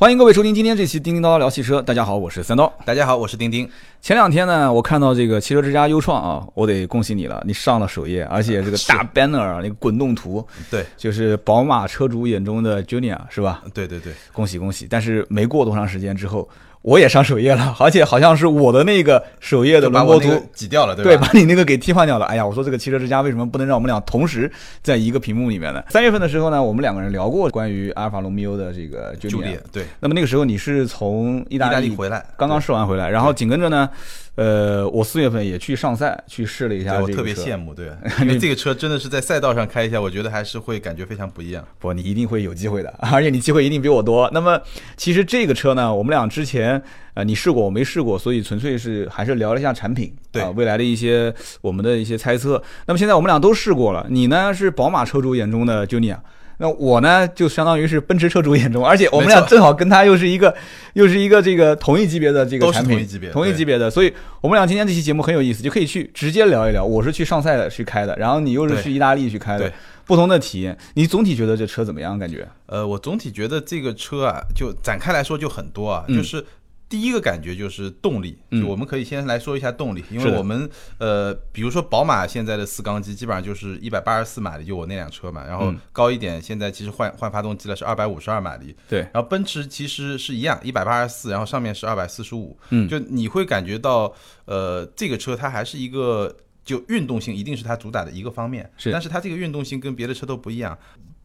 欢迎各位收听今天这期《叮叮叨叨聊汽车》。大家好，我是三刀。大家好，我是丁丁。前两天呢，我看到这个汽车之家优创啊，我得恭喜你了，你上了首页，而且这个大 banner 啊那个滚动图，对，就是宝马车主眼中的 Junior 是吧？对对对，恭喜恭喜！但是没过多长时间之后，我也上首页了，而且好像是我的那个首页的就把轮我廓那图个挤掉了，对，吧？把你那个给替换掉了。哎呀，我说这个汽车之家为什么不能让我们俩同时在一个屏幕里面呢？三月份的时候呢，我们两个人聊过关于阿尔法罗密欧的这个朱 Junior 丽，对，那么那个时候你是从意意大大利利回来，刚刚试完回来，然后紧跟着呢，呃，我四月份也去上赛去试了一对下这我个特别车羡 慕，对，因为这个车真的是在赛道上开一下，我觉得还是会感觉非常不一样。不，你一定会有机会的， 而且你机会一定比我多。那么其实这个车呢，我们俩之前呃你试过，我没试过，所以纯粹是还是聊了一下产品，对啊、未来的一些我们的一些猜测。那么现在我们俩都试过了，你呢是宝马车主眼中的 Junior。那我呢，就相当于是奔驰车主眼中，而且我们俩没错正好跟他又是一个，又是一个这个同一级别的这个都是产品，同一级别同一对级别的，所以我们俩今天这期节目很有意思，就可以去直接聊一聊。我是去上赛的去开的，然后你又是对去意大利去开的对，不同的体验。你总体觉得这车怎么样？感觉？呃，我总体觉得这个车啊，就展开来说就很多嗯啊，就是第一个感觉就是动力，就我们可以先来说一下动力，因是为的我们呃，比如说宝马现在的四缸机基本上就是一百八十四马力，就我那辆车嘛，然后嗯高一点，现在其实换换发动机了是二百五十二马力，对，然后奔驰其实是一样，一百八十四，然后上面是二百四十五，嗯，就你会感觉到，呃，这个车它还是一个就运动性一定是它主打的一个方面，是但是它这个运动性跟别的车都不一样。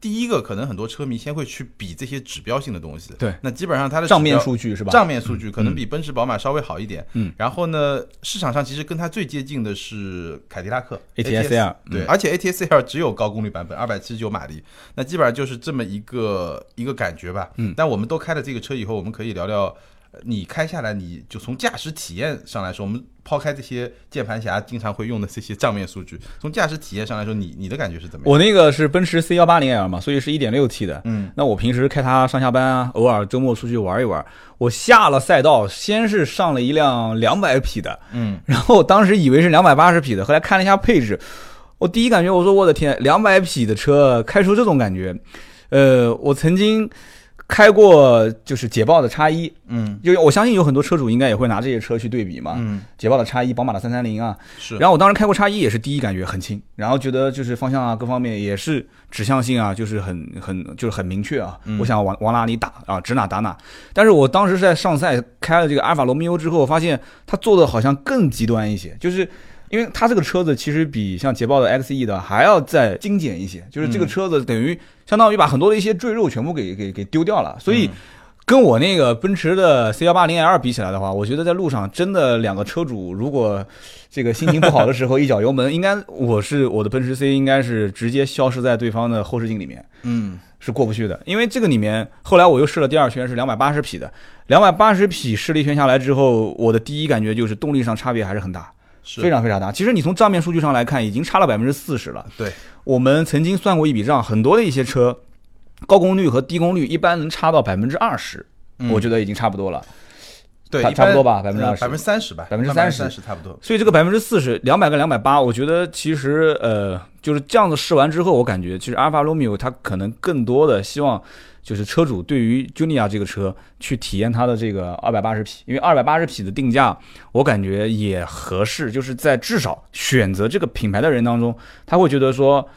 第一个可能很多车迷先会去比这些指标性的东西，对，那基本上它的指标账面数据是吧？嗯账面数据可能比奔驰、宝马稍微好一点。嗯，然后呢，市场上其实跟它最接近的是凯迪拉克 ATS-L 对，而且 ATS L 只有高功率版本，二百七十九马力，那基本上就是这么一个一个感觉吧。嗯，但我们都开了这个车以后，我们可以聊聊。呃你开下来，你就从驾驶体验上来说，我们抛开这些键盘侠经常会用的这些账面数据，从驾驶体验上来说，你你的感觉是怎么样？我那个是奔驰 C 幺八零 L 嘛，所以是一点六 T 的。嗯，那我平时开它上下班啊，偶尔周末出去玩一玩。我下了赛道，先是上了一辆两百匹的，嗯， 然后当时以为是两百八十匹的，后来看了一下配置，我第一感觉我说我的天，两百匹的车开出这种感觉，呃，我曾经开过就是捷豹的叉一，嗯就我相信有很多车主应该也会拿这些车去对比嘛，嗯，捷豹的叉一、宝马的三三零啊，是。然后我当时开过叉一也是第一感觉很轻，然后觉得就是方向啊各方面也是指向性啊，就是很很就是很明确啊，我想往往哪里打啊，指哪打哪。但是我当时是在上赛开了这个阿尔法罗密欧之后，我发现它做的好像更极端一些，就是。因为它这个车子其实比像捷豹的 XE 的还要再精简一些，就是这个车子等于相当于把很多的一些赘肉全部给给给丢掉了，所以跟我那个奔驰的 C 幺八零 L 比起来的话，我觉得在路上真的两个车主如果这个心情不好的时候一脚油门，应该我是我的奔驰 C 应该是直接消失在对方的后视镜里面，嗯，是过不去的。因为这个里面后来我又试了第二圈是两百八十匹的，两百八十匹试了一圈下来之后，我的第一感觉就是动力上差别还是很大，是非常非常大。其实你从账面数据上来看，已经差了百分之四十了。对，我们曾经算过一笔账，很多的一些车，高功率和低功率一般能差到百分之二十，嗯我觉得已经差不多了。对，差一差般不多吧呃20%百分之三十吧， 30%三十差不多。所以这个百分之四十，两百跟两百八，我觉得其实呃就是这样子试完之后，我感觉其实阿尔法罗密欧它可能更多的希望就是车主对于 Junia 这个车去体验它的这个二百八十匹，因为二百八十匹的定价，我感觉也合适，就是在至少选择这个品牌的人当中，他会觉得说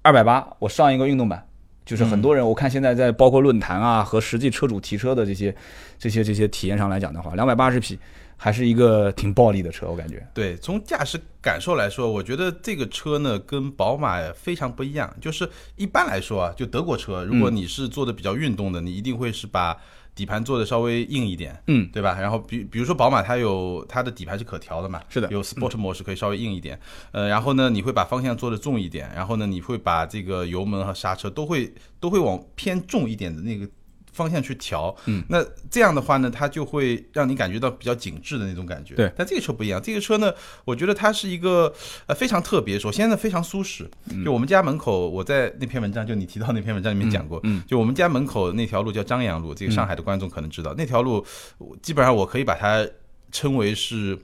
二百八我上一个运动版。就是很多人，我看现在在包括论坛啊和实际车主提车的这些、这些、这些体验上来讲的话，两百八十匹还是一个挺暴力的车，我感觉。对，从驾驶感受来说，我觉得这个车呢跟宝马非常不一样。就是一般来说啊，就德国车，如果嗯你是做的比较运动的，你一定会是把底盘做的稍微硬一点，嗯，对吧？然后比比如说宝马，它有它的底盘是可调的嘛，是的嗯有 Sport 模式可以稍微硬一点，呃，然后呢，你会把方向做的重一点，然后呢，你会把这个油门和刹车都会都会往偏重一点的那个方向去调。嗯，那这样的话呢，它就会让你感觉到比较紧致的那种感觉。对，但这个车不一样，这个车呢，我觉得它是一个呃非常特别，首先呢非常舒适。嗯就我们家门口，我在那篇文章，就你提到那篇文章里面讲过，嗯就我们家门口那条路叫张杨路，这个上海的观众可能知道，那条路我基本上我可以把它称为是。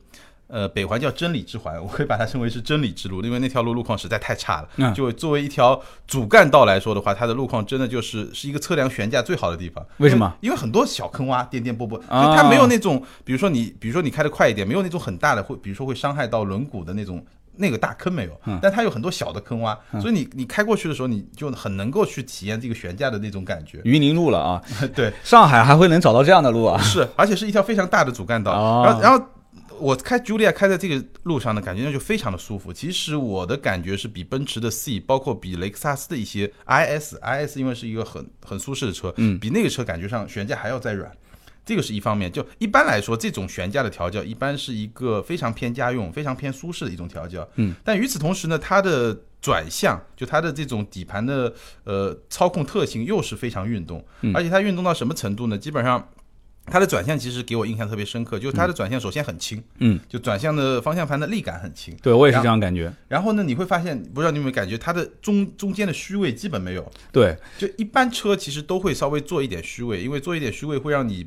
呃，北环叫真理之环，我可以把它称为是真理之路，因为那条路路况实在太差嗯了。就作为一条主干道来说的话，它的路况真的就是是一个测量悬架最好的地方。为什么？啊因为很多小坑洼、颠颠簸簸，就它没有那种，比如说你，比如说你开的快一点，没有那种很大的会，比如说会伤害到轮毂的那种。那个大坑没有，但它有很多小的坑洼，所以你你开过去的时候，你就很能够去体验这个悬架的那种感 觉。云林路了啊，对，上海还会能找到这样的路啊？是，而且是一条非常大的主干道。哦然后，然后我开 Julia 开在这个路上呢，感觉那就非常的舒服。其实我的感觉是比奔驰的 C，包括比雷克萨斯的一些 IS，IS 因为是一个很很舒适的车，嗯，比那个车感觉上悬架还要再软。这个是一方面，就一般来说，这种悬架的调教一般是一个非常偏家用、非常偏舒适的一种调教。嗯，但与此同时呢，它的转向，就它的这种底盘的呃操控特性又是非常运动，而且它运动到什么程度呢？基本上。它的转向其实给我印象特别深刻，就是它的转向首先很轻，嗯，就转向的方向盘的力感很轻。对我也是这样感觉。然后呢，你会发现，不知道你有没有感觉，它的中中间的虚位基本没有，对，就一般车其实都会稍微做一点虚位，因为做一点虚位会让你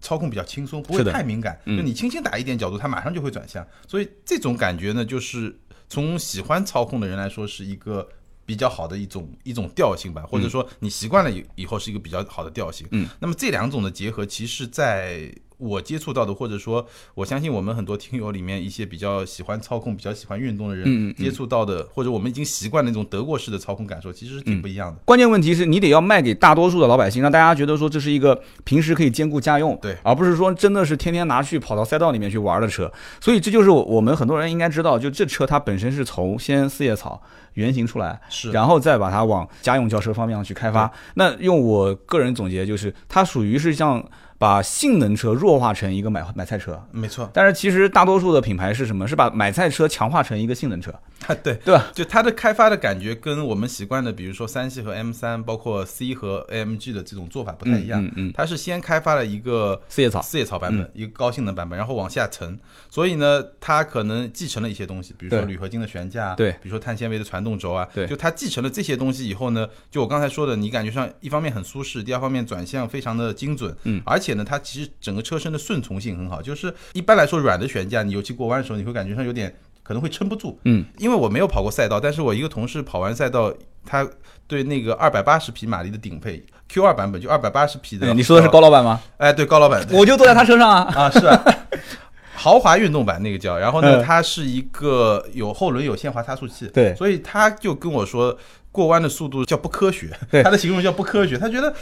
操控比较轻松，不会是的太敏感。就你轻轻打一点角度，它马上就会转向。所以这种感觉呢，就是从喜欢操控的人来说，是一个比较好的一种一种调性吧，或者说你习惯了以以后是一个比较好的调性。嗯，那么这两种的结合，其实在。我接触到的，或者说我相信我们很多听友里面一些比较喜欢操控、比较喜欢运动的人，接触到的，或者我们已经习惯那种德国式的操控感受，其实是挺不一样的。关键问题是你得要卖给大多数的老百姓，让大家觉得说这是一个平时可以兼顾家用，对而不是说真的是天天拿去跑到赛道里面去玩的车。所以这就是我我们很多人应该知道，就这车它本身是从先四叶草原型出来，是然后再把它往家用轿车方向去开发。那用我个人总结就是，它属于是像把性能车弱化成一个买买菜车。没错， 但是其实大多数的品牌是什么？是把买菜车强化成一个性能车，啊，对对吧？就它的开发的感觉跟我们习惯的，比如说三系和 M 三，包括 C 和 AMG 的这种做法不太一样。嗯嗯嗯它是先开发了一个四叶草四叶草版本，嗯一个高性能版本，然后往下沉。所以呢，它可能继承了一些东西，比如说对铝合金的悬架，啊对比如说碳纤维的传动轴啊，对就它继承了这些东西以后呢，就我刚才说的，你感觉上一方面很舒适，第二方面转向非常的精准，嗯，而且呢，它其实整个车身的顺从性很好，就是一般来说软的悬架，你尤其过弯的时候，你会感觉上有点。可能会撑不住，嗯，因为我没有跑过赛道，但是我一个同事跑完赛道，他对那个二百八十匹马力的顶配 Q 二版本，就二百八十匹的，哎你说的是高，老板吗？哎，对，高老板，我就坐在他车上 啊。 啊，是啊豪华运动版那个叫，然后呢，嗯它是一个有后轮有限滑差速器，对所以他就跟我说。过弯的速度叫不科学，对他的形容叫不科学。他觉得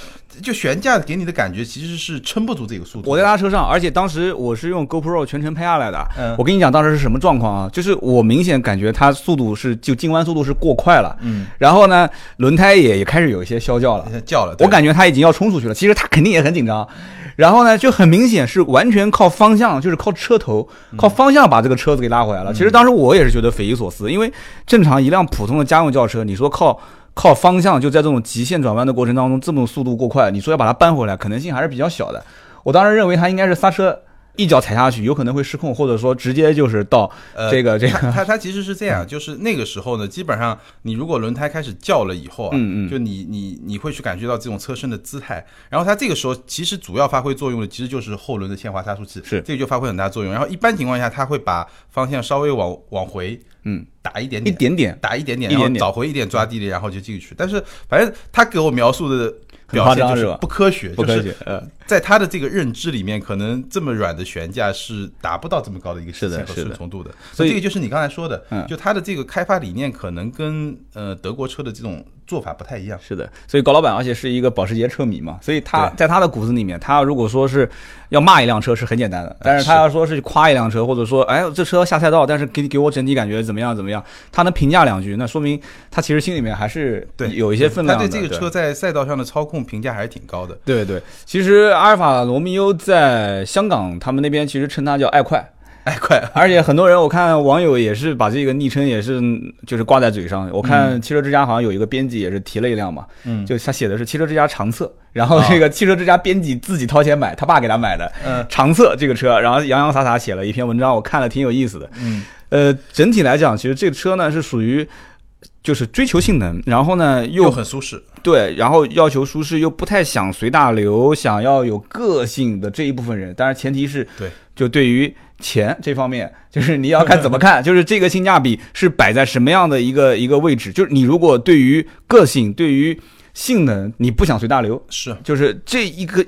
就悬架给你的感觉其实是撑不住这个速度。我在他车上，而且当时我是用 GoPro 全程拍下来的。嗯我跟你讲当时是什么状况啊？就是我明显感觉它速度是就进弯速度是过快了，嗯，然后呢，轮胎也也开始有一些消叫了。叫了，对我感觉他已经要冲出去了，其实他肯定也很紧张，然后呢，就很明显是完全靠方向，就是靠车头、嗯靠方向把这个车子给拉回来了。其实当时我也是觉得匪夷所思，因为正常一辆普通的家用轿车，你说靠靠方向就在这种极限转弯的过程当中，这么速度过快，你说要把它扳回来，可能性还是比较小的。我当时认为他应该是刹车一脚踩下去，有可能会失控，或者说直接就是到呃这个、这个。嗯它它它其实是这样，就是那个时候呢，基本上你如果轮胎开始叫了以后啊，嗯就你你你会去感觉到这种车身的姿态，然后它这个时候其实主要发挥作用的其实就是后轮的限滑差速器，是这个就发挥很大作用。然后一般情况下，它会把方向稍微往往回，嗯，打一点一点。点点，打一点点，一然点后点找回一点抓地力，然后就进去。但是反正他给我描述的很表夸现张就是是吧不科学，不就科是学，呃，在他的这个认知里面，可能这么软的悬架是达不到这么高的一个极是的限和是的顺从度的。所以这个就是你刚才说的嗯，就他的这个开发理念可能跟呃德国车的这种做法不太一样。是的，所以高老板而且是一个保时捷车迷嘛，所以他对在他的骨子里面，他如果说是要骂一辆车是很简单呃的，但是他要说是夸一辆车，或者说哎这车下赛道，但是给给我整体感觉怎么样怎么样，他能评价两句，那说明他其实心里面还是对有一些分他量的。对这个对车在赛道上的操控评价还是挺高的。对对，其实阿尔法罗密欧在香港他们那边其实称它叫爱快，哎，快，而且很多人，我看网友也是把这个昵称也是就是挂在嘴上。我看汽车之家好像有一个编辑也是提了一辆嘛，嗯哦就他写的是汽车之家长测，然后这个汽车之家编辑自己掏钱买，他爸给他买的，嗯长测这个车，然后洋洋洒洒写了一篇文章，我看了挺有意思的。嗯，呃，整体来讲，其实这个车呢是属于。就是追求性能，然后呢又又很舒适，对，然后要求舒适，又不太想随大流，想要有个性的这一部分人，当然前提是对，就对于钱这方面，就是你要看怎么看，就是这个性价比是摆在什么样的一个一个位置，就是你如果对于个性、对于性能，你不想随大流，是就是这一个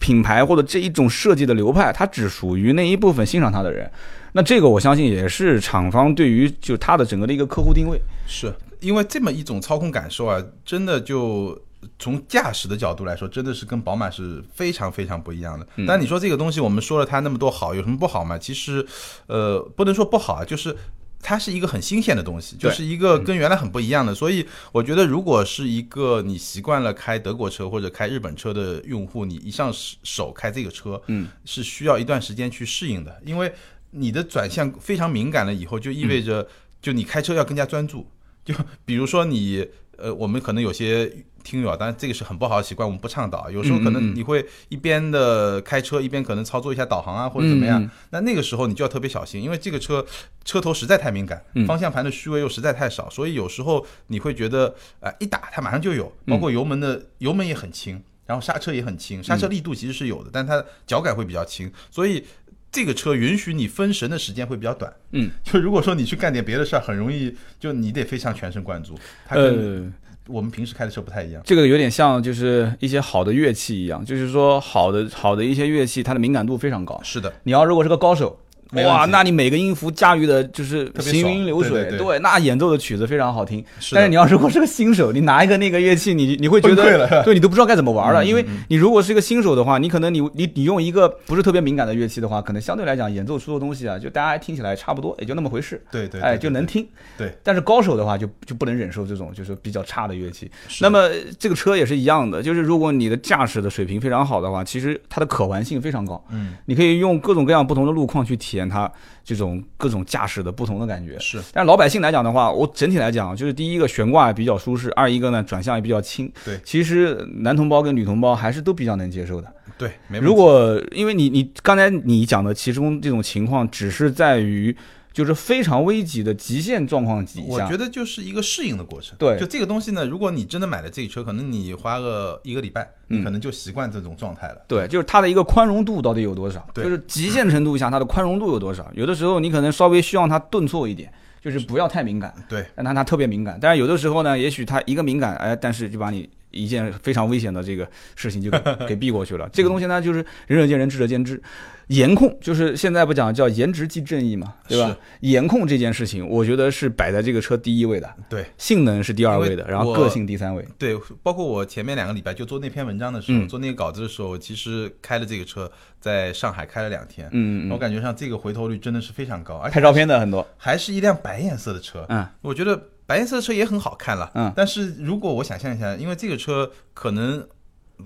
品牌或者这一种设计的流派，它只属于那一部分欣赏它的人。那这个我相信也是厂方对于就它的整个的一个客户定位，是因为这么一种操控感受啊，真的就从驾驶的角度来说，真的是跟宝马是非常非常不一样的。但你说这个东西，我们说了它那么多好，有什么不好嘛？其实，呃，不能说不好啊，就是。它是一个很新鲜的东西，对就是一个跟原来很不一样的，所以我觉得，如果是一个你习惯了开德国车或者开日本车的用户，你一上手开这个车，嗯，是需要一段时间去适应的，因为你的转向非常敏感了，以后就意味着，就你开车要更加专注，就比如说你，呃，我们可能有些听友啊，当然这个是很不好的习惯，我们不倡嗯导。啊有时候可能你会一边的开车，一边可能操作一下导航啊，或者怎嗯么样。那那个时候你就要特别小心，因为这个车车头实在太敏感，嗯方向盘的虚位又实在太少，所以有时候你会觉得，啊，一打它马上就有，嗯包括油门的油门也很轻。然后刹车也很轻，刹车力度其实是有的，但它脚感会比较轻，所以这个车允许你分神的时间会比较短。嗯， 就如果说你去干点别的事儿，很容易就你得非常全神贯注。它跟呃，我们平时开的车不太一样。这个有点像就是一些好的乐器一样，就是说好的好的一些乐器，它的敏感度非常高。是的，你要如果是个高手，没问题哇，那你每个音符驾驭的就是特别行爽云流对水，对对那演奏的曲子非常好听。是但的是你要如果是个新手，你拿一个那个乐器，你你会觉崩溃得，了 嗯对你都不知道该怎么玩了，因为你如果是个新手的话，你可能你你你用一个不是特别敏感的乐器的话，可能相对来讲演奏出的东西啊，就大家听起来差不多，也就那么回事。对对，哎，对就能听。对，但是高手的话就就不能忍受这种就是比较差的乐器。那么这个车也是一样的，就是如果你的驾驶的水平非常好的话，其实它的可玩性非常高。嗯，你可以用各种各样不同的路况去体验它这种各种驾驶的不同的感觉。是但是老百姓来讲的话，我整体来讲就是第一个悬挂比较舒适，二一个呢转向也比较轻。对其实男同胞跟女同胞还是都比较能接受的。对，没问题如果因为你你刚才你讲的其中这种情况，只是在于就是非常危急的极限状况底我下觉，得就是一个适应的过程。对就这个东西呢，如果你真的买了这个车，可能你花个一个礼拜，你可能就习惯这种状态了。对，就是它的一个宽容度到底有多少，嗯对就是极限程度下它的宽容度有多少。有的时候你可能稍微需要它顿挫一点，就是不要太敏感，对，让它它特别敏感。但是有的时候呢，也许它一个敏感，哎，但是就把你。一件非常危险的这个事情就给 给避过去了。这个东西呢，就是仁者见仁，智者见智。颜控就是现在不讲叫颜值即正义嘛，对吧是？颜控这件事情，我觉得是摆在这个车第一位的，对。性能是第二位的，因为然后我个性第三位。对，包括我前面两个礼拜就做那篇文章的时候，做那个稿子的时候，其实开了这个车，在上海开了两天，嗯嗯我感觉上这个回头率真的是非常高，而拍且照片的很多，还是一辆白颜色的车，嗯，我觉得白颜色的车也很好看了，嗯，但是如果我想象一下，因为这个车可能。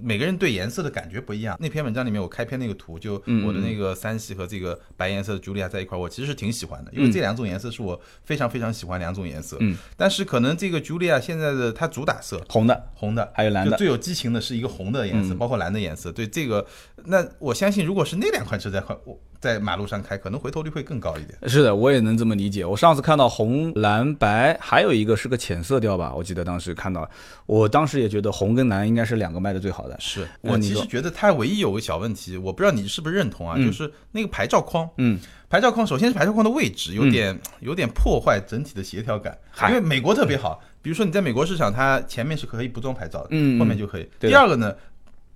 每个人对颜色的感觉不一样。那篇文章里面我开篇那个图，就嗯我的那个三系和这个白颜色的茱莉亚在一块儿，我其实是挺喜欢的，因为这两种颜色是我非常非常喜欢两种颜色。嗯，但是可能这个茱莉亚现在的它主打色红的，红的，还有蓝就的。嗯最有激情的是一个红的颜色，包括蓝的颜色。对这个，那我相信，如果是那两款车在快我在马路上开，可能回头率会更高一点。是的，我也能这么理解。我上次看到红、蓝、白，还有一个是个浅色调吧，我记得当时看到，我当时也觉得红跟蓝应该是两个卖的最好的。是那我你呃其说实觉得它唯一有个小问题，我不知道你是不是认同啊，就是那个牌照框，嗯，牌照框首先是牌照框的位置有点有点破坏整体的协调感，嗨嗯因为美国特别好，比如说你在美国市场，它前面是可以不装牌照的，嗯嗯后面就可以。对的第二个呢，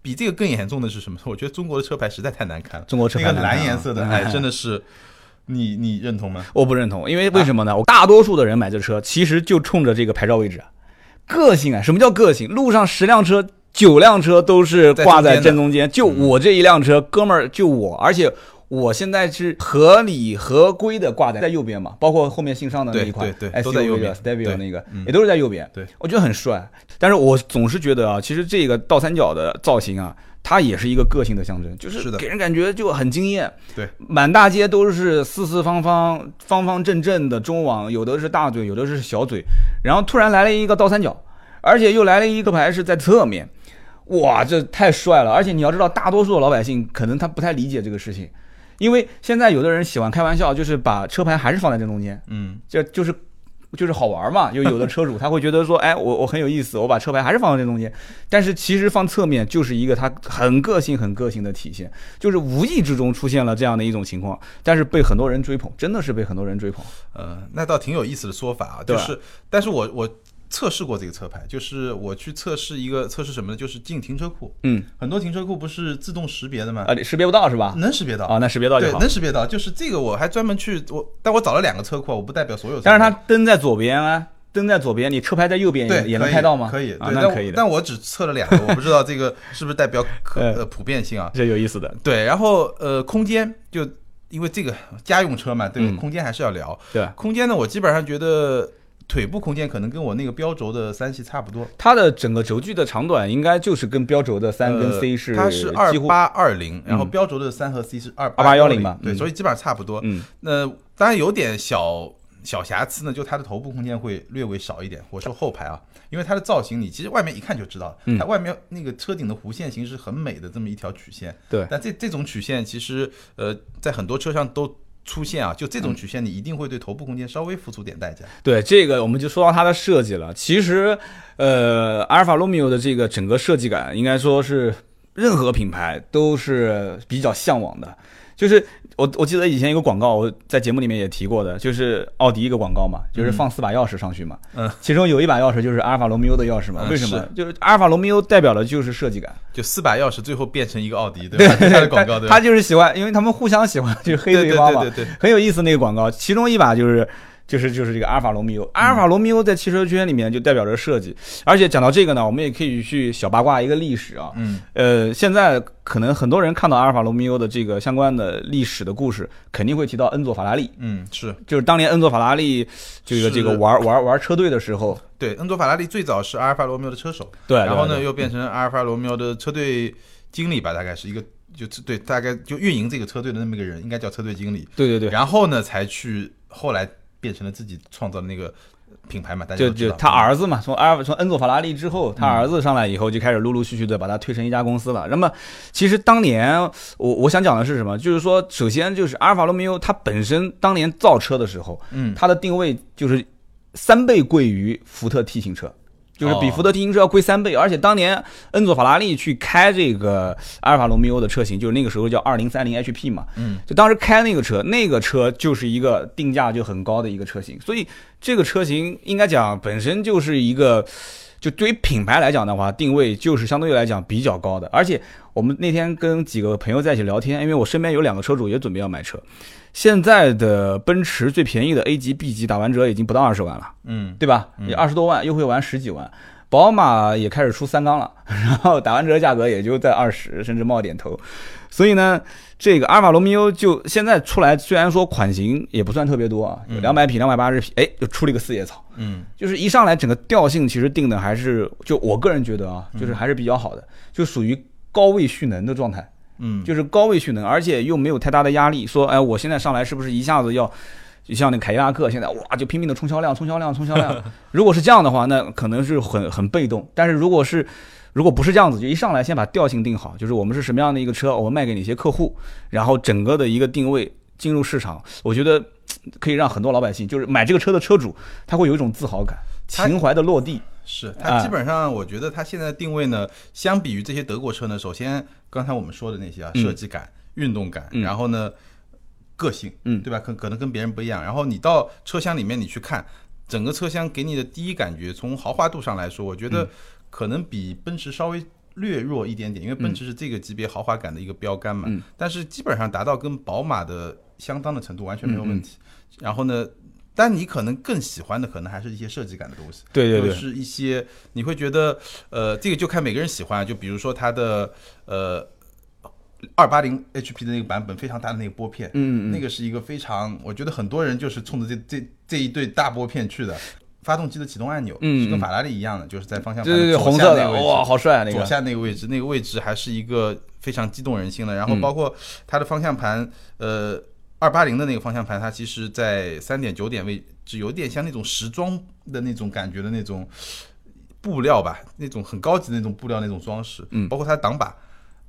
比这个更严重的是什么？我觉得中国的车牌实在太难看了，中国车牌那个难看蓝啊颜色的，哎，真的是，你你认同吗？我不认同，因为为什么啊呢？我大多数的人买这车，其实就冲着这个牌照位置啊，个性啊。什么叫个性？路上十辆车，九辆车都是挂在正中间，就我这一辆车，哥们儿，就我，而且。我现在是合理合规的挂在在右边嘛，包括后面新上的那一款对对对都在 SUV 右的边 Stelvio 对嗯那个，也都是在右边。对，我觉得很帅。但是我总是觉得啊，其实这个倒三角的造型啊，它也是一个个性的象征，就是是的给人感觉就很惊艳。对，满大街都是四四方方、方方正正的中网，有的是大嘴，有的是小嘴，然后突然来了一个倒三角，而且又来了一个牌是在侧面，哇，这太帅了！而且你要知道，大多数的老百姓可能他不太理解这个事情，因为现在有的人喜欢开玩笑，就是把车牌还是放在正中间，嗯，这就是就是好玩嘛。就有的车主他会觉得说，哎，我我很有意思，我把车牌还是放在这中间。但是其实放侧面就是一个它很个性、很个性的体现，就是无意之中出现了这样的一种情况，但是被很多人追捧，真的是被很多人追捧。呃，那倒挺有意思的说法啊，对就吧是，但是我我测试过这个车牌，就是我去测试一个测试什么呢？就是进停车库，嗯，很多停车库不是自动识别的吗？啊，你识别不到是吧？能识别到，啊，那识别到就嗯对，好。能识别到，就是这个我还专门去我，但我找了两个车库啊，我不代表所有车库，但是它灯在左边啊，灯在左边，你车牌在右边对也也能可以拍到吗？可以，啊，对那但可以的，但我只测了两个，我不知道这个是不是代表 可呃呃普遍性啊？这有意思的。对，然后呃，空间就因为这个家用车嘛，对吧嗯空间还是要聊。对，空间呢，我基本上觉得腿部空间可能跟我那个标轴的三系差不多。它的整个轴距的长短应该就是跟标轴的三跟呃 C 是它是二几乎八二零，然后嗯标轴的三和 C 是二2810吧吧？对，嗯所以基本上差不多。嗯，那当然有点小小瑕疵呢，就它的头部空间会略微少一点。我说后排啊，因为它的造型你其实外面一看就知道，嗯它外面那个车顶的弧线形是很美的这么一条曲线。对但这这种曲线其实呃，在很多车上都。出现啊，就这嗯种曲线，你一定会对头部空间稍微付出点代价。对这个，我们就说到它的设计了。其实，呃，阿尔法罗密欧的这个整个设计感，应该说是任何品牌都是比较向往的。就是我我记得以前一个广告，我在节目里面也提过的，就是奥迪一个广告嘛，就是放四把钥匙上去嘛，嗯，其中有一把钥匙就是阿尔法罗密欧的钥匙嘛。嗯为什么？就是阿尔法罗密欧代表的就是设计感，就四把钥匙最后变成一个奥迪，对吧？ 它的广告，对吧？他就是喜欢，因为他们互相喜欢，就是黑对对方嘛，对对对，很有意思那个广告，其中一把就是。就是就是这个阿尔法罗密嗯欧，阿尔法罗密欧在汽车圈里面就代表着设计，而且讲到这个呢，我们也可以去小八卦一个历史啊，嗯，呃，现在可能很多人看到阿尔法罗密欧的这个相关的历史的故事，肯定会提到恩佐法拉利，嗯，是就是当年恩佐法拉利这个是这个玩玩玩车队的时候，对。恩佐法拉利最早是阿尔法罗密欧的车手，对，然后对呢对又变成阿尔法罗密欧的车队经理吧，大概是一个就对，大概就运营这个车队的那么一个人，应该叫车队经理。对对对，然后呢才去后来变成了自己创造的那个品牌嘛，大家就都知就道。嗯他儿子嘛，从阿尔从恩佐法拉利之后，他儿子上来以后就开始陆陆续续的把它推成一家公司了。那么，其实当年我我想讲的是什么？就是说，首先就是阿尔法罗密欧它本身当年造车的时候，嗯，它的定位就是三倍贵于福特 T 型车。就是比哦福特 T 型车要贵三倍，而且当年恩佐法拉利去开这个阿尔法罗密欧的车型，就是那个时候叫二零三零 HP 嘛，嗯，就当时开那个车，那个车就是一个定价就很高的一个车型，所以这个车型应该讲本身就是一个，就对于品牌来讲的话，定位就是相对来讲比较高的。而且我们那天跟几个朋友在一起聊天，因为我身边有两个车主也准备要买车，现在的奔驰最便宜的 A 级、B 级打完折已经不到二十万了。嗯，对吧？你二十多万优惠完十几万，宝马也开始出三缸了， 然后打完折价格也就在二十，甚至冒点头。所以呢，这个阿尔法罗密欧就现在出来，虽然说款型也不算特别多啊，有两百匹、两百八十匹，哎，就出了一个四叶草。嗯，就是一上来整个调性其实定的还是，就我个人觉得啊，就是还是比较好的，就属于高位蓄能的状态。嗯，就是高位蓄能，而且又没有太大的压力。说，哎，我现在上来是不是一下子要，就像那凯迪拉克现在哇就拼命的冲销量、冲销量、冲销 量。如果是这样的话，那可能是很很被动。但是如果是如果不是这样子，就一上来先把调性定好，就是我们是什么样的一个车，我们卖给哪些客户，然后整个的一个定位进入市场，我觉得。嘖可以让很多老百姓，就是买这个车的车主，他会有一种自豪感、他情怀的落地。是它基本上，我觉得它现在的定位呢，相比于这些德国车呢，首先刚才我们说的那些啊，嗯设计感、运动感，嗯然后呢，个性，嗯对吧？可可能跟别人不一样。然后你到车厢里面，你去看整个车厢给你的第一感觉，从豪华度上来说，我觉得可能比奔驰稍微。略弱一点点，因为奔驰是这个级别豪华感的一个标杆嘛，嗯但是基本上达到跟宝马的相当的程度，完全没有问嗯题。然后呢，但你可能更喜欢的，可能还是一些设计感的东西。对对对就是一些你会觉得，呃，这个就看每个人喜欢。就比如说它的呃二八零 HP 的那个版本，非常大的那个拨片，嗯嗯嗯那个是一个非常，我觉得很多人就是冲着这这这一对大拨片去的。发动机的启动按钮嗯嗯是跟法拉利一样的，就是在方向盘对对对，左红下色那的，个位置哇，好帅啊！那左个下那个位置，那个位置还是一个非常激动人心的。然后嗯包括它的方向盘，呃，二八零的那个方向盘，它其实在三点九点位置有点像那种时装的那种感觉的那种布料吧，那种很高级的那种布料那种装饰，嗯包括它的挡把，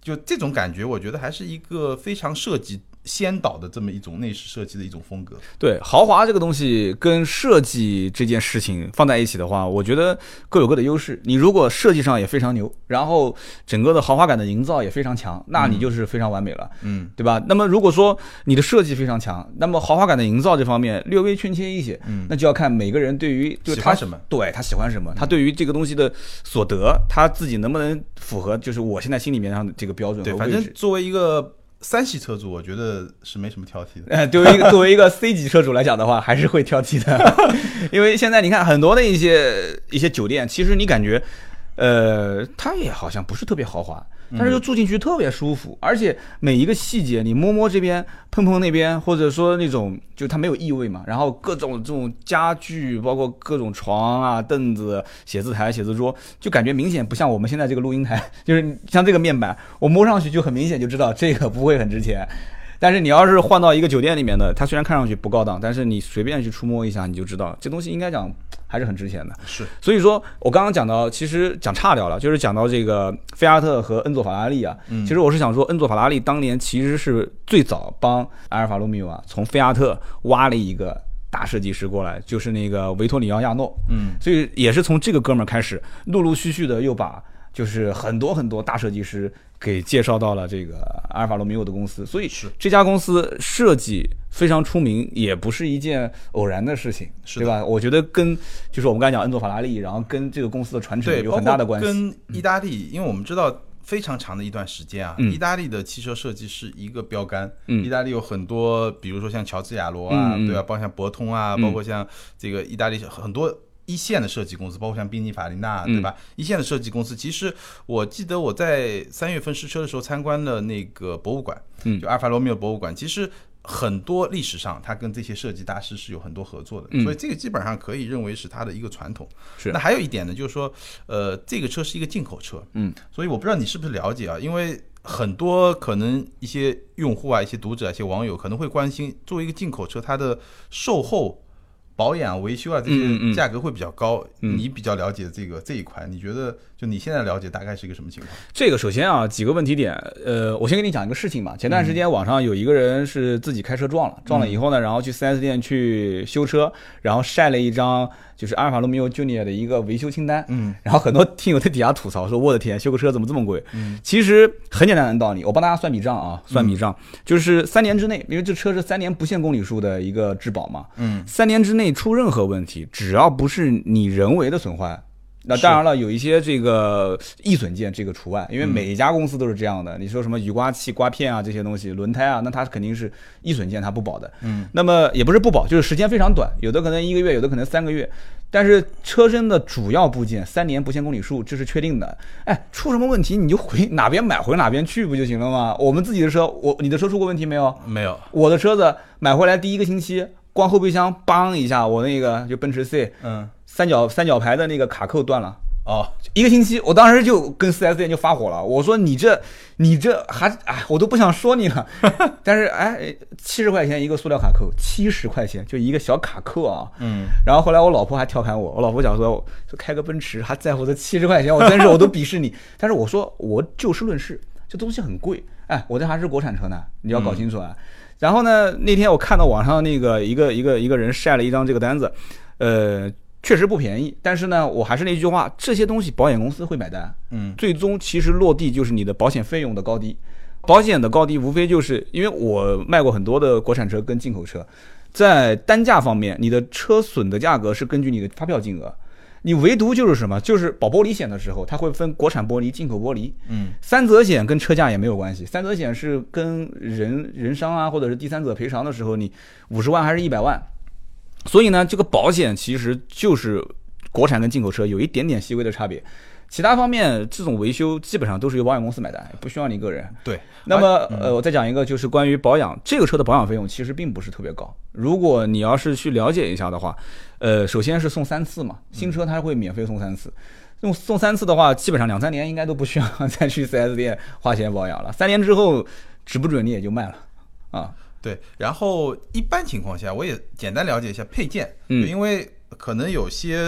就这种感觉，我觉得还是一个非常设计先导的这么一种内饰设计的一种风格。对，豪华这个东西跟设计这件事情放在一起的话，我觉得各有各的优势。你如果设计上也非常牛，然后整个的豪华感的营造也非常强，那你就是非常完美了，嗯，对吧？那么如果说你的设计非常强，那么豪华感的营造这方面略微欠缺一些，嗯那就要看每个人对于就是喜他欢什么，嗯对他喜欢什么，他对于这个东西的所得，他自己能不能符合就是我现在心里面上的这个标准对，和反位正置。作为一个三系车主，我觉得是没什么挑剔的。呃，对于一个作为一个 C 级车主来讲的话，还是会挑剔的， 因为现在你看很多的一些一些酒店，其实你感觉，呃，它也好像不是特别豪华，但是就住进去特别舒服，而且每一个细节你摸摸这边，碰碰那边，或者说那种就它没有异味嘛，然后各种这种家具，包括各种床啊、凳子、写字台、写字桌，就感觉明显不像我们现在这个录音台， 就是像这个面板，我摸上去就很明显就知道这个不会很值钱。但是你要是换到一个酒店里面的，它虽然看上去不高档，但是你随便去触摸一下，你就知道这东西应该讲还是很值钱的。是，所以说我刚刚讲到，其实讲岔掉了，就是讲到这个菲亚特和恩佐法拉利啊。嗯其实我是想说，恩佐法拉利当年其实是最早帮阿尔法罗密欧啊从菲亚特挖了一个大设计师过来，就是那个维托里奥亚诺。嗯，所以也是从这个哥们儿开始，陆陆续续的又把就是很多很多大设计师给介绍到了这个阿尔法罗密欧的公司。所以是这家公司设计非常出名，也不是一件偶然的事情，是对的吧？我觉得跟就是我们刚才讲恩佐法拉利，然后跟这个公司的传承对，有包很大的括关系。跟意大利，因为我们知道非常长的一段时间啊，嗯意大利的汽车设计是一个标杆。嗯意大利有很多，比如说像乔治亚罗啊，嗯嗯嗯对吧、包括像博通啊，包括像这个意大利很多。一线的设计公司，包括像宾尼法利纳，嗯对吧？一线的设计公司，其实我记得我在三月份试车的时候参观了那个博物馆，嗯就阿尔法罗密欧博物馆，其实很多历史上它跟这些设计大师是有很多合作的，嗯所以这个基本上可以认为是它的一个传统。是那还有一点呢，就是说，呃，这个车是一个进口车，嗯，所以我不知道你是不是了解啊，因为。很多可能一些用户啊、一些读者、啊、一些网友可能会关心，作为一个进口车，它的售后、保养、维修啊这嗯嗯些嗯价格会比较高。嗯你比较了解这个这一款，你觉得就你现在了解大概是一个什么情况？这个首先啊，几个问题点，呃，我先跟你讲一个事情吧。前段时间网上有一个人是自己开车撞了，撞了以后呢，然后去 4S 店去修车，然后晒了一张就是阿尔法罗密欧 Junior 的一个维修清单。嗯，然后很多听友在底下吐槽说：“我的天，修个车怎么这么贵？”其实很简单的道理，我帮大家算笔账啊，算笔账，就是三年之内，因为这车是三年不限公里数的一个质保嘛，嗯，三年之内出任何问题，只要不是你人为的损坏。那是当然了，有一些这个易损件这个除外，因为每一家公司都是这样的。嗯你说什么雨刮器、刮片啊这些东西，轮胎啊，那它肯定是易损件它不保的。嗯，那么也不是不保，就是时间非常短，有的可能一个月，有的可能三个月。但是车身的主要部件三年不限公里数，这是确定的。哎，出什么问题你就回哪边买回哪边去不就行了吗？我们自己的车，我你的车出过问题没有？没有，我的车子买回来第一个星期，光后备箱梆一下，我那个就奔驰 C 嗯，三角三角牌的那个卡扣断了。哦，一个星期，我当时就跟 4S 店就发火了，我说你这你这还哎，我都不想说你 了。但是哎，七十块钱一个塑料卡扣，七十块钱就一个小卡扣啊。嗯，然后后来我老婆还调侃我，我老婆讲说，我说开个奔驰还在乎这七十块钱，我真是我都鄙视你。但是我说我就事论事，这东西很贵，哎，我这还是国产车呢，你要搞清楚啊。然后呢，那天我看到网上那个一个一个一个人晒了一张这个单子，呃，确实不便宜，但是呢，我还是那句话，这些东西保险公司会买单，嗯，最终其实落地就是你的保险费用的高低。保险的高低无非就是因为我卖过很多的国产车跟进口车，在单价方面，你的车损的价格是根据你的发票金额。你唯独就是什么，就是保玻璃险的时候，它会分国产玻璃、进口玻璃。嗯，三责险跟车价也没有关系，三责险是跟人人伤啊，或者是第三者赔偿的时候，你五十万还是一百万，所以呢，这个保险其实就是国产跟进口车有一点点细微的差别，其他方面这种维修基本上都是由保险公司买单，不需要你个人。对，那么，嗯呃，我再讲一个，就是关于保养，这个车的保养费用其实并不是特别高。如果你要是去了解一下的话，呃，首先是送三次嘛，新车它会免费送三次。用送三次的话，基本上两三年应该都不需要 再去 4S 店花钱保养了。三年之后，指不准你也就卖了啊。对，然后一般情况下，我也简单了解一下配件，嗯就因为可能有些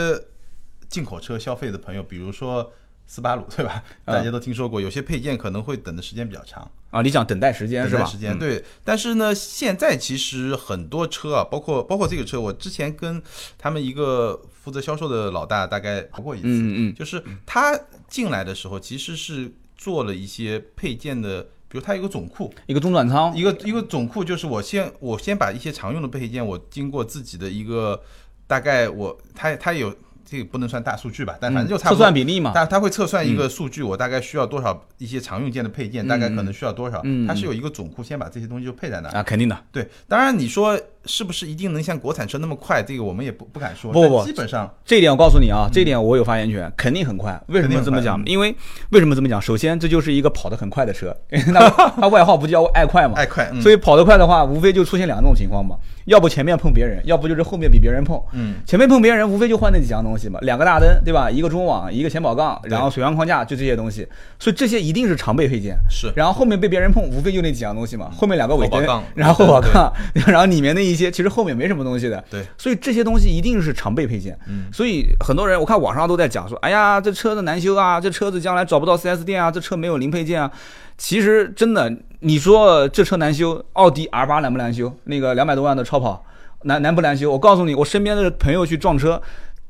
进口车消费的朋友，比如说斯巴鲁对吧？嗯大家都听说过，有些配件可能会等的时间比较长，啊，你讲等待时间等是待吧？时间嗯对。但是呢，现在其实很多车啊，包括包括这个车，我之前跟他们一个负责销售的老大大概聊过一次，嗯嗯就是他进来的时候其实是做了一些配件的，比如他有个总库，嗯，一个中转仓，一个一个总库就是我先我先把一些常用的配件，我经过自己的一个大概我它它有这个不能算大数据吧，但反正就嗯差测不多算。比例嘛，嗯它它会测算一个数据，我大概需要多少一些常用件的配件，大概可能需要多少嗯嗯，它是有一个总库，先把这些东西就配在那儿。啊，肯定的，对，当然你说是不是一定能像国产车那么快，这个我们也不不敢说。不不不但基本上这一点我告诉你啊，这一点我有发言权，肯定很快。为什么这么讲嗯肯定很？因为为什么这么讲？首先，这就是一个跑得很快的车， 那它外号不就叫爱快嘛？爱快，嗯所以跑得快的话，无非就出现两种情况嘛，要不前面碰别人，要不就是后面比别人碰。嗯，前面碰别人，无非就换那几样东西嘛，两个大灯，对吧？一个中网，一个前保杠，然后水箱框架，就这些东西。所以这些一定是常备配件。是然后后面被别人碰，无非就那几样东西嘛，后面两个尾嗯后灯保杠，然后后保杠， 然后里面的一些，其实后面没什么东西的。对，所以这些东西一定是常备配件。嗯所以很多人我看网上都在讲说，哎呀，这车子难修啊，这车子将来找不到 4S 店啊，这车没有零配件啊。其实真的，你说这车难修，奥迪 R 八难不难修？那个两百多万的超跑难难不难修？我告诉你，我身边的朋友去撞车。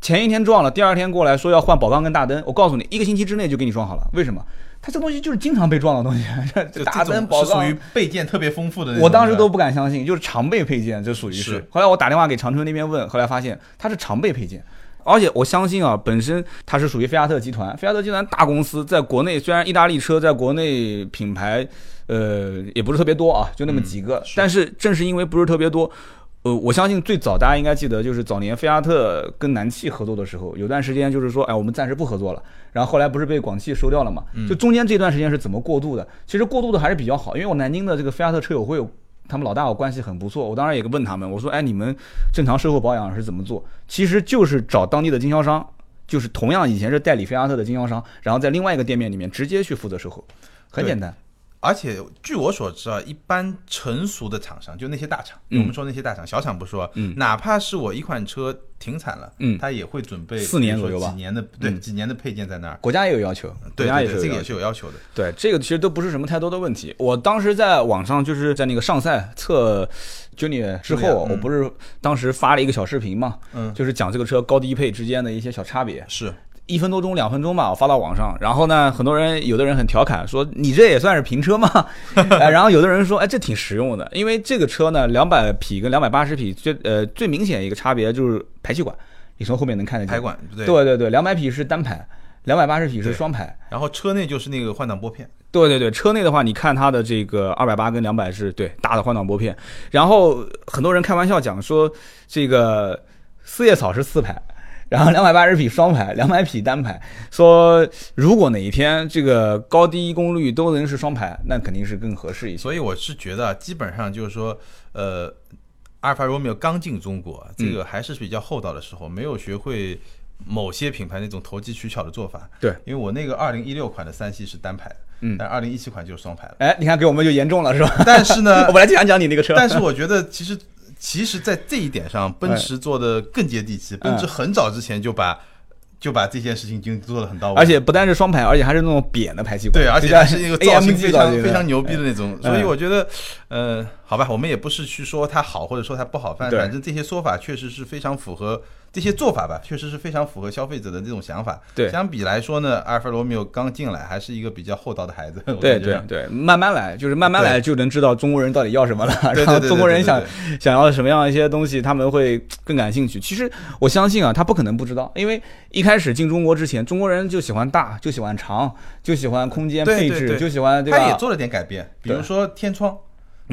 前一天撞了，第二天过来说要换保杠跟大灯，我告诉你，一个星期之内就给你装好了。为什么？它这东西就是经常被撞的东西， 这就这大这种灯、保是属杠于备件特别丰富的那种。我当时对吧都不敢相信，就是常备配件，这属于是是。后来我打电话给长春那边问，后来发现它是常备配件。而且我相信啊，本身它是属于菲亚特集团，菲亚特集团大公司，在国内虽然意大利车在国内品牌，呃，也不是特别多啊，就那么几个，但是正是因为不是特别多。呃，我相信最早大家应该记得，就是早年菲亚特跟南汽合作的时候，有段时间就是说，哎，我们暂时不合作了。然后后来不是被广汽收掉了嘛？就中间这段时间是怎么过渡的？其实过渡的还是比较好，因为我南京的这个菲亚特车友会有他们老大我关系很不错，我当然也问他们，我说，哎，你们正常售后保养是怎么做？其实就是找当地的经销商，就是同样以前是代理菲亚特的经销商，然后在另外一个店面里面直接去负责售后，很对简单。而且据我所知啊，一般成熟的厂商，就那些大厂，嗯我们说那些大厂，小厂不说，嗯哪怕是我一款车停产了，嗯它也会准备四年比如左说右吧几年的对几年的配件在那儿，国家也有要求，国对家对也是对，这有个要也求。是有要求的。对，这个其实都不是什么太多的问题。我当时在网上就是在那个上赛测 Junior 之后，嗯我不是当时发了一个小视频嘛，嗯就是讲这个车高低配之间的一些小差别，是，一分多钟、两分钟吧，我发到网上。然后呢，很多人有的人很调侃说：“你这也算是评车吗？” 哎然后有的人说：“哎，这挺实用的，因为这个车呢，两百匹跟两百八十匹最呃最明显一个差别就是排气管，你从后面能看得见。排管对，嗯对对对，两百匹是单排，两百八十匹是对双排。”然后车内就是那个换挡拨片，对对对，车内的话，你看它的这个二百八跟两百是对大的换挡拨片，然后很多人开玩笑讲说，这个四叶草是四排，然后两百八十匹双排，两百匹单排，说如果哪一天这个高低功率都能是双排，那肯定是更合适一些。所以我是觉得啊，基本上就是说，呃，阿尔法罗密欧刚进中国，啊嗯这个还是比较厚道的时候，没有学会某些品牌那种投机取巧的做法。对，因为我那个二零一六款的三系是单排的，嗯但二零一七款就是双排了。哎，你看给我们就严重了是吧？ 但是呢 我，本来就想讲你那个车，但是我觉得其实其实，在这一点上，哎奔驰做的更接地气。嗯奔驰很早之前就把就把这件事情已经做得很到位，而且不单是双排，而且还是那种扁的排气管，对，而且这叫还是一个造型 AMG 非造常型的非常牛逼的那种，嗯所以我觉得，呃，好吧，我们也不是去说它好或者说它不好，反对反正这些说法确实是非常符合这些做法吧，确实是非常符合消费者的这种想法。对相比来说呢，阿尔法罗密欧刚进来还是一个比较厚道的孩子，我对感觉对对，慢慢来，就是慢慢来就能知道中国人到底要什么了。对对对 然后对中国人对对想对想要什么样一些东西，他们会更感兴趣。其实我相信啊，他不可能不知道，因为一开始进中国之前，中国人就喜欢大，就喜欢长，就喜欢空间对配对置，对就喜欢对他也吧？做了点改变，比对如说天窗，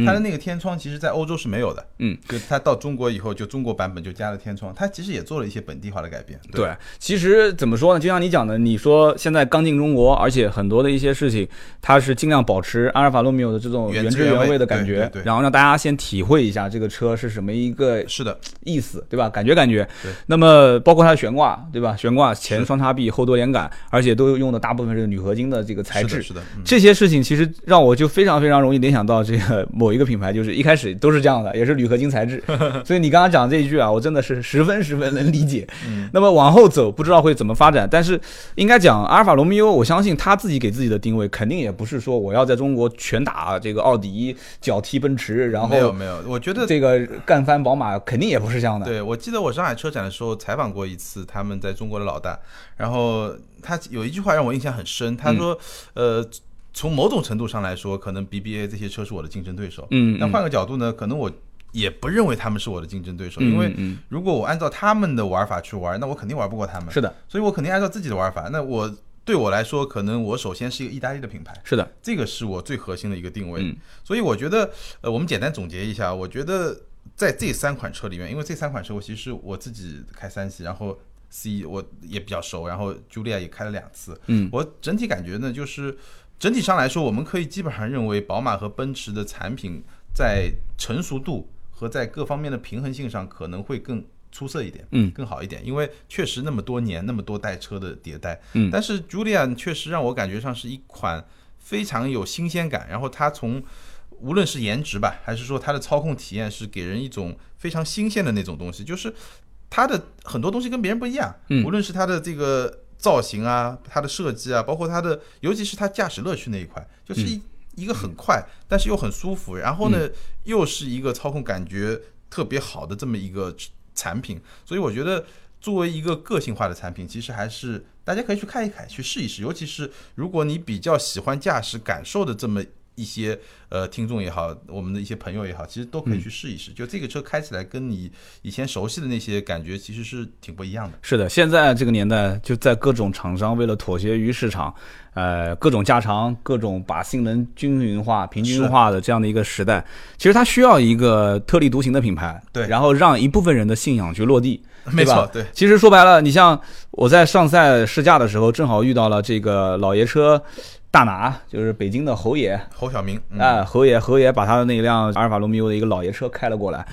它的那个天窗其实在欧洲是没有的，嗯，就它到中国以后，就中国版本就加了天窗，它其实也做了一些本地化的改变，对，其实怎么说呢？就像你讲的，你说现在刚进中国，而且很多的一些事情，它是尽量保持阿尔法罗密欧的这种原原汁汁原原味味的对感对觉对，然后让大家先体会一下这个车是什么一个是的，意思，对吧？感觉感觉对。那么包括它的悬挂，对吧？悬挂前是双叉臂，后多连杆，而且都用的大部分是铝合金的这个材是的质。是的，嗯这些事情其实让我就非常非常容易联想到这个某某一个品牌，就是一开始都是这样的，也是铝合金材 质。所以你刚刚讲这一句啊，我真的是十分十分能理解。嗯那么往后走，不知道会怎么发展，但是应该讲阿尔法罗密欧，我相信他自己给自己的定位，肯定也不是说我要在中国拳打这个奥迪，脚踢奔驰，然没有后没有，我觉得这个干翻宝马，肯定也不是这样的。对，我记得我上海车展的时候采访过一次他们在中国的老大，然后他有一句话让我印象很深，嗯他说，呃，从某种程度上来说，可能 BBA 这些车是我的竞争对手，嗯但换个角度呢，可能我也不认为他们是我的竞争对手，嗯因为嗯嗯如果我按照他们的玩法去玩，那我肯定玩不过他们，是的，所以我肯定按照自己的玩法，那我对我来说，可能我首先是一个意大利的品牌。是的，这个是我最核心的一个定位。嗯所以我觉得，呃，我们简单总结一下，我觉得在这三款车里面，因为这三款车我其实我自己开三系，然后 C 我也比较熟，然后 Julia 也开了两次，嗯，我整体感觉呢就是。整体上来说，我们可以基本上认为宝马和奔驰的产品在成熟度和在各方面的平衡性上可能会更出色一点，嗯更好一点，因为确实那么多年那么多代车的迭代，嗯但是 Julian 确实让我感觉上是一款非常有新鲜感，然后它从无论是颜值吧，还是说它的操控体验，是给人一种非常新鲜的那种东西，就是它的很多东西跟别人不一样，嗯无论是它的这个造型啊，它的设计啊，包括它的，尤其是它驾驶乐趣那一块，就是一、一个很快，但是又很舒服，然后呢，又是一个操控感觉特别好的这么一个产品，所以我觉得作为一个个性化的产品，其实还是大家可以去看一看，去试一试。尤其是如果你比较喜欢驾驶感受的这么一些呃听众也好，我们的一些朋友也好，其实都可以去试一嗯试。就这个车开起来跟你以前熟悉的那些感觉其实是挺不一样的。是的，现在这个年代，就在各种厂商为了妥协于市场，呃，各种加长，各种把性能均匀化、平均化的这样的一个时代，其实它需要一个特立独行的品牌，对然后让一部分人的信仰去落地，对没错吧，对，其实说白了，你像我在上赛试驾的时候，正好遇到了这个老爷车大拿，就是北京的侯爷，侯晓明，嗯、啊，侯爷，侯爷把他的那辆阿尔法罗密欧的一个老爷车开了过来，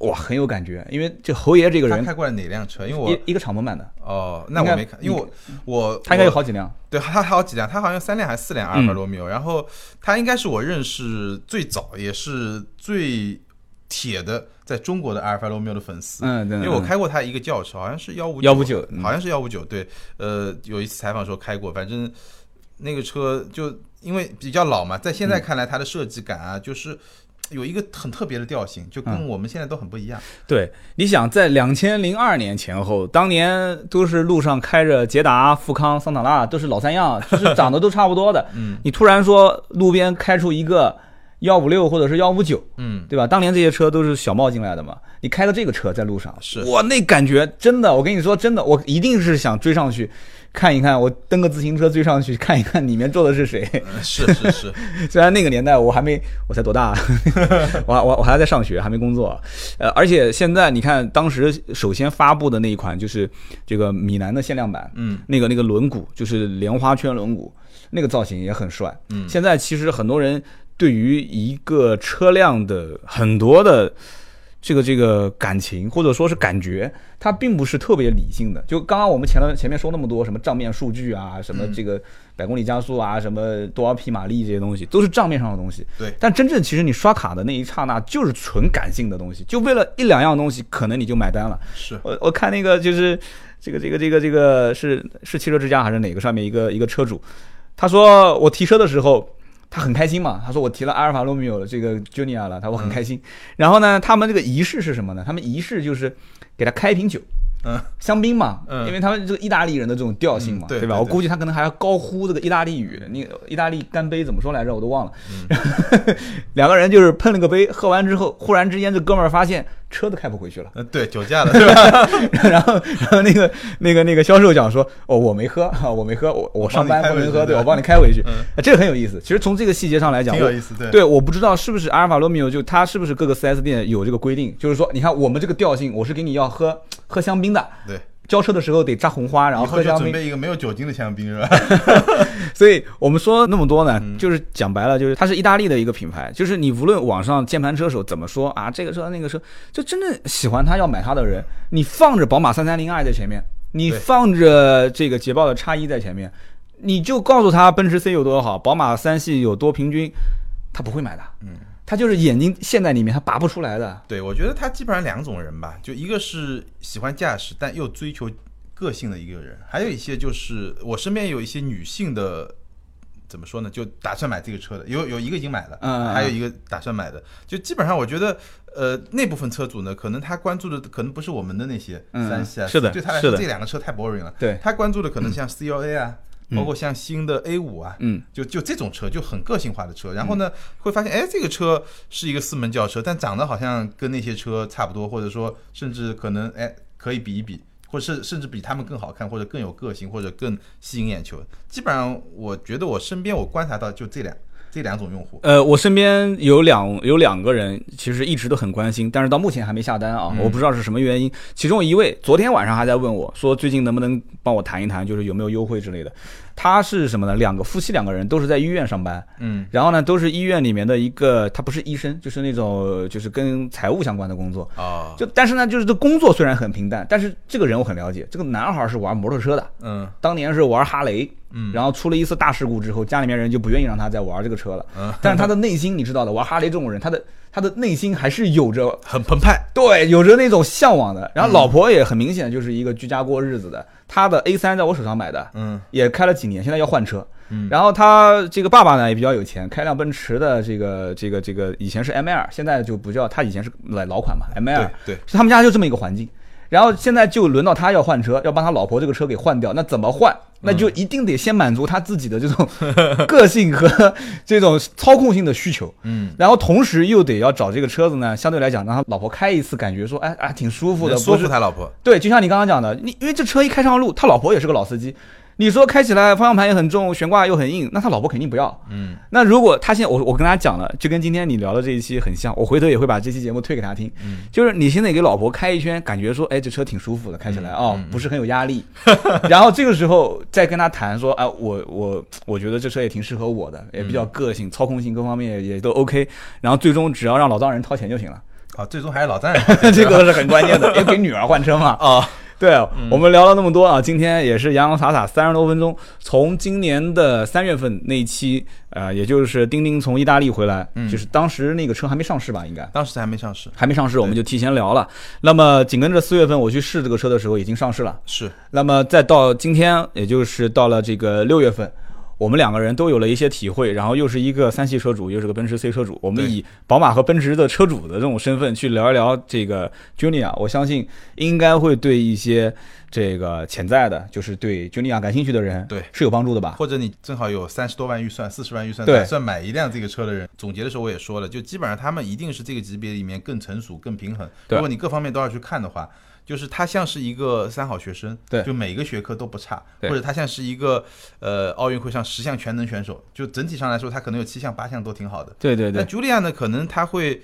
哇，很有感觉，因为这侯爷这个嗯他人开过来哪辆车？因为我一一个敞篷版的，哦，那应我该没看，因为我我他应该有嗯我好几辆，对，他好几辆，他好像三辆还是四辆阿尔法罗密欧。然后他应该是我认识最早也是最铁的在中国的阿尔法罗密欧的粉丝。嗯，对，因为我开过他一个轿车，好像是幺五159嗯好像是幺五九，对，呃，有一次采访的时候开过，反正那个车就因为比较老嘛，在现在看来它的设计感啊，就是有一个很特别的调性，就跟我们现在都很不一样。对，你想在两千零二年前后，当年都是路上开着捷达、富康、桑塔纳，都是老三样，就是长得都差不多 的。嗯，你突然说路边开出一个幺五六或者是幺五九，嗯，对吧？当年这些车都是小贸进来的嘛，你开的这个车在路上，是哇，那感觉真的，我跟你说真的，我一定是想追上去看一看，我蹬个自行车追上去看一看里面坐的是谁。呃是是是， 虽然那个年代我还没，我才多大、啊， 我还我我还在上学，还没工作，呃，而且现在你看，当时首先发布的那一款就是这个米兰的限量版，嗯，那个那个轮毂就是莲花圈轮毂，那个造型也很帅，嗯，现在其实很多人对于一个车辆的很多的。这个这个感情或者说是感觉，它并不是特别理性的。就刚刚我们前了前面说那么多什么账面数据啊，什么这个百公里加速啊，什么多少匹马力这些东西，都是账面上的东西。对但真正其实你刷卡的那一刹那，就是纯感性的东西，就为了一两样东西，可能你就买单了。是我我看那个就是这个这个这个这个是是汽车之家还是哪个上面一个一个车主，他说我提车的时候。他很开心嘛，他说我提了阿尔法罗密欧的这个 Junior 了，他说嗯我很开心。然后呢，他们这个仪式是什么呢？他们仪式就是给他开一瓶酒，嗯，香槟嘛，嗯因为他们这个意大利人的这种调性嘛，嗯对吧？对我对估计他可能还要高呼这个意大利语，你意大利干杯怎么说来着？我都忘了。嗯 两个人就是碰了个杯，喝完之后，忽然之间这哥们儿发现车都开不回去了，呃，对，酒 驾了，对吧？然后然后那个那个那个销售讲说，哦，我没喝，啊我没喝，我我上班我帮不你开回能去喝，对对吧我帮你开回去嗯，哎这个很有意思。其实从这个细节上来讲，挺我有意思，对。对，我不知道是不是阿尔法罗密欧，就它是不是各个 4S 店有这个规定，就是说，你看我们这个调性，我是给你要喝喝香槟的，对交车的时候得扎红花，然后以后喝就香准槟。备一个没有酒精的香槟是吧？ 所以我们说那么多呢，就是讲白了，就是它是意大利的一个品牌，就是你无论网上键盘车手怎么说啊，这个车那个车，就真正喜欢它要买它的人，你放着宝马三三零 i 在前面，你对放着这个捷豹的叉一在前面，你就告诉他奔驰 C 有多好，宝马三系有多平均，他不会买的。嗯。他就是眼睛陷在里面，他拔不出来的。对，我觉得他基本上两种人吧，就一个是喜欢驾驶但又追求个性的一个人，还有一些就是我身边有一些女性的，怎么说呢，就打算买这个车的，有有一个已经买了，嗯嗯嗯还有一个打算买的，就基本上我觉得，呃，那部分车主呢，可能他关注的可能不是我们的那些嗯三系啊，是的对他来是说的这两个车太 boring 了，对他关注的可能像 CLA 啊，包括像新的 A 五啊，嗯，就就这种车就很个性化的车，然后呢，会发现哎，这个车是一个四门轿车，但长得好像跟那些车差不多，或者说甚至可能哎可以比一比，或者是甚至比他们更好看，或者更有个性，或者更吸引眼球。基本上我觉得我身边我观察到就这两这两种用户，呃，我身边有两有两个人，其实一直都很关心，但是到目前还没下单啊，我不知道是什么原因。其中一位昨天晚上还在问我说，最近能不能帮我谈一谈，就是有没有优惠之类的。他是什么呢？两个夫妻两个人都是在医院上班，嗯然后呢都是医院里面的一个，他不是医生，就是那种就是跟财务相关的工作。啊，就但是呢，就是这工作虽然很平淡，但是这个人我很了解，这个男孩是玩摩托车的，嗯当年是玩哈雷，嗯然后出了一次大事故之后，家里面人就不愿意让他再玩这个车了。嗯， 但是他的内心，你知道的，玩哈雷这种人，他的他的内心还是有 着很澎湃，对有着那种向往的。嗯然后老婆也很明显就是一个居家过日子的，他的 A 三在我手上买的，嗯也开了几年，现在要换车。嗯然后他这个爸爸呢也比较有钱，开辆奔驰的这个这个这个，以前是 M L，现在就不叫他以前是老老款嘛 M L，对对是他们家就这么一个环境。然后现在就轮到他要换车，要帮他老婆这个车给换掉，那怎么换？那嗯就一定得先满足他自己的这种 个性和这种操控性的需求，嗯，然后同时又得要找这个车子呢，相对来讲让他老婆开一次，感觉说哎啊挺舒服的，说不服是他老婆，对，就像你刚刚讲的，你因为这车一开上路，他老婆也是个老司机，你说开起来方向盘也很重，悬挂又很硬，那他老婆肯定不要。嗯那如果他现在我我跟他讲了，就跟今天你聊的这一期很像，我回头也会把这期节目推给他听。嗯就是你现在给老婆开一圈，感觉说，哎，这车挺舒服的，开起来啊、嗯嗯不是很有压 力。然后这个时候再跟他谈说，哎，我我我觉得这车也挺适合我的，也比嗯较个性，操控性各方面也也都 OK。然后最终只要让老丈人掏钱就行了，啊，最终还是老丈人这个是很关键的，因为给女儿换车嘛。啊，对，我们聊了那么多啊，今天也是洋洋洒洒三十多分钟。从今年的三月份那一期，呃，也就是丁丁从意大利回来，嗯就是当时那个车还没上市吧，应该 当时还没上市，还没上市，我们就提前聊了。那么紧跟着四月份我去试这个车的时候已经上市了。是那么再到今天，也就是到了这个六月份。我们两个人都有了一些体会，然后又是一个三系车主，又是个奔驰 C 车主。我们对以宝马和奔驰的车主的这种身份去聊一聊这个 Junior，我相信应该会对一些这个潜在的，就是对 Junior 感兴趣的人，对是有帮助的吧？或者你正好有三十多万预算、四十万预算，对打算买一辆这个车的人，总结的时候我也说了，就基本上他们一定是这个级别里面更成熟、更平衡。对如果你各方面都要去看的话，就是他像是一个三好学生，对就每一个学科都不差，对或者他像是一个呃奥运会上十项全能选手，就整体上来说，他可能有七项、八项都挺好的。对对那对，茱莉亚呢，可能他会，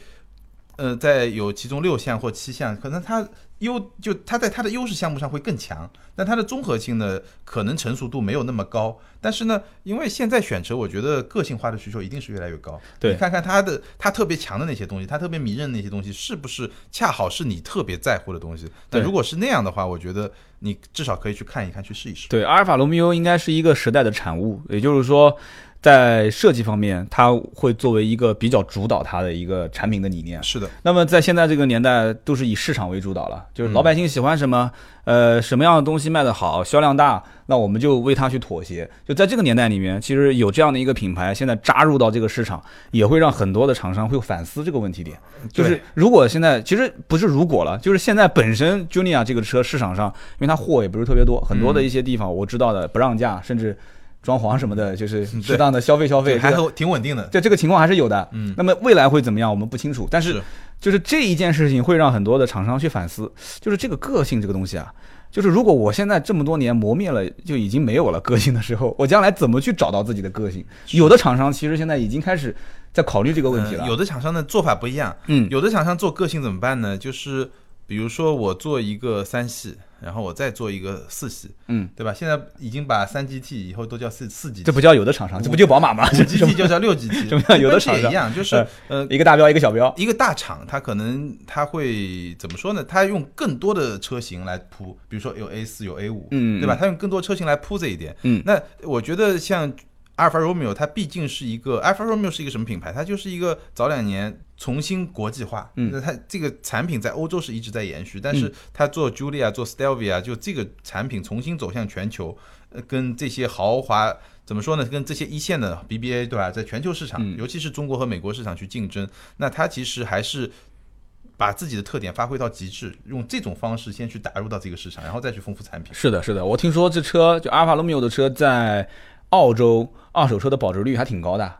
呃，在有其中六项或七项，可能他优就他在他的优势项目上会更强，但他的综合性呢，可能成熟度没有那么高。但是呢，因为现在选车，我觉得个性化的需求一定是越来越高。对你看看他的他特别强的那些东西，他特别迷人的那些东西，是不是恰好是你特别在乎的东西？那对如果是那样的话，我觉得你至少可以去看一看，去试一试。对，阿尔法罗密欧应该是一个时代的产物，也就是说，在设计方面，它会作为一个比较主导它的一个产品的理念。是的，那么在现在这个年代，都是以市场为主导了，就是嗯老百姓喜欢什么，呃，什么样的东西卖得好，销量大，那我们就为它去妥协。就在这个年代里面，其实有这样的一个品牌，现在扎入到这个市场，也会让很多的厂商会反思这个问题点。就是对如果现在其实不是如果了，就是现在本身 Junia 这个车市场上，因为它货也不是特别多，很多的一些地方我知道的不让价，甚至装潢什么的，就是适当的消费消费，还这个很挺稳定的。对这个情况还是有的。嗯，那么未来会怎么样，我们不清楚。但是是就是这一件事情会让很多的厂商去反思，就是这个个性这个东西啊，就是如果我现在这么多年磨灭了，就已经没有了个性的时候，我将来怎么去找到自己的个性？有的厂商其实现在已经开始在考虑这个问题嗯了。有的厂商的做法不一样，嗯有的厂商做个性怎么办呢？就是比如说我做一个三系，然后我再做一个四系，嗯，对吧？现在已经把三 GT 以后都叫四四 GT，这不叫有的厂商，这不就宝马吗？五这 GT 就叫六 GT，什么样有的厂商嗯也一样，就是呃。一个大标一个小标。一个大厂，它可能它会怎么说呢？它用更多的车型来铺，比如说有 A 四有 A 五，嗯对吧？它用更多车型来铺这一点。嗯那我觉得像阿尔法罗密欧它毕竟是一个阿尔法罗密欧是一个什么品牌？它就是一个早两年重新国际化，嗯那它这个产品在欧洲是一直在延续，但是它做 Julia 做 Stelvia 就这个产品重新走向全球，呃，跟这些豪华怎么说呢？跟这些一线的 BBA 对吧，在全球市场，嗯尤其是中国和美国市场去竞争，那它其实还是。把自己的特点发挥到极致，用这种方式先去打入到这个市场，然后再去丰富产品。是的，是的，我听说这车就阿尔法罗密欧的车在澳洲二手车的保值率还挺高的，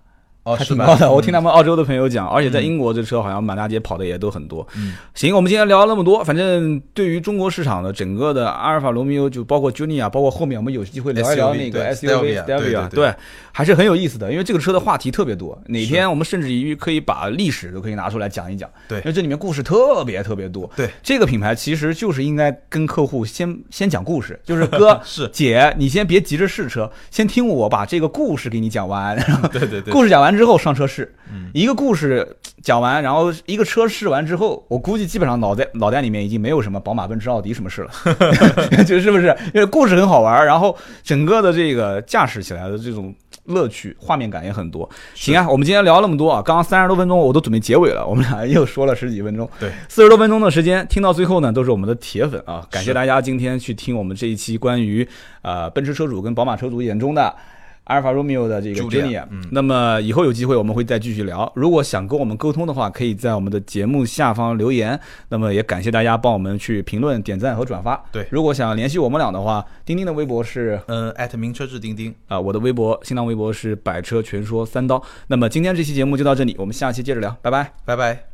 哦，还是挺吧高的。我听他们澳洲的朋友讲，而且在英国这车好像满大街跑的也都很多。嗯行，我们今天聊了那么多，反正对于中国市场的整个的阿尔法罗密欧，就包括 Junior，包括后面我们有机会聊一聊 SUV 那个对 SUV Stelvia，对对 Stelvia，啊对啊对，还是很有意思的，因为这个车的话题特别多，哪天我们甚至于可以把历史都可以拿出来讲一讲，对因为这里面故事特别特别多。对，这个品牌其实就是应该跟客户先先讲故事， 就是哥 是姐，你先别急着试车，先听我把这个故事给你讲完，对对嗯对，故事讲完之后上车试，一个故事讲完，然后一个车试完之后，我估计基本上脑袋脑袋里面已经没有什么宝马、奔驰、奥迪什么事 了，就是不是？因为故事很好玩，然后整个的这个驾驶起来的这种乐趣、画面感也很多。行啊，我们今天聊那么多啊，刚刚三十多分钟我都准备结尾了，我们俩又说了十几分钟，对，四十多分钟的时间，听到最后呢，都是我们的铁粉啊，感谢大家今天去听我们这一期关于呃奔驰车主跟宝马车主眼中的。阿尔法罗密欧的这个 Julia， Junior，那么以后有机会我们会再继续聊。如果想跟我们沟通的话，可以在我们的节目下方留言。那么也感谢大家帮我们去评论、点赞和转发。对如果想联系我们俩的话，钉钉的微博是嗯，艾特名车志钉钉，啊、我的微博、新浪微博是百车全说三刀。那么今天这期节目就到这里，我们下期接着聊，拜拜。拜拜。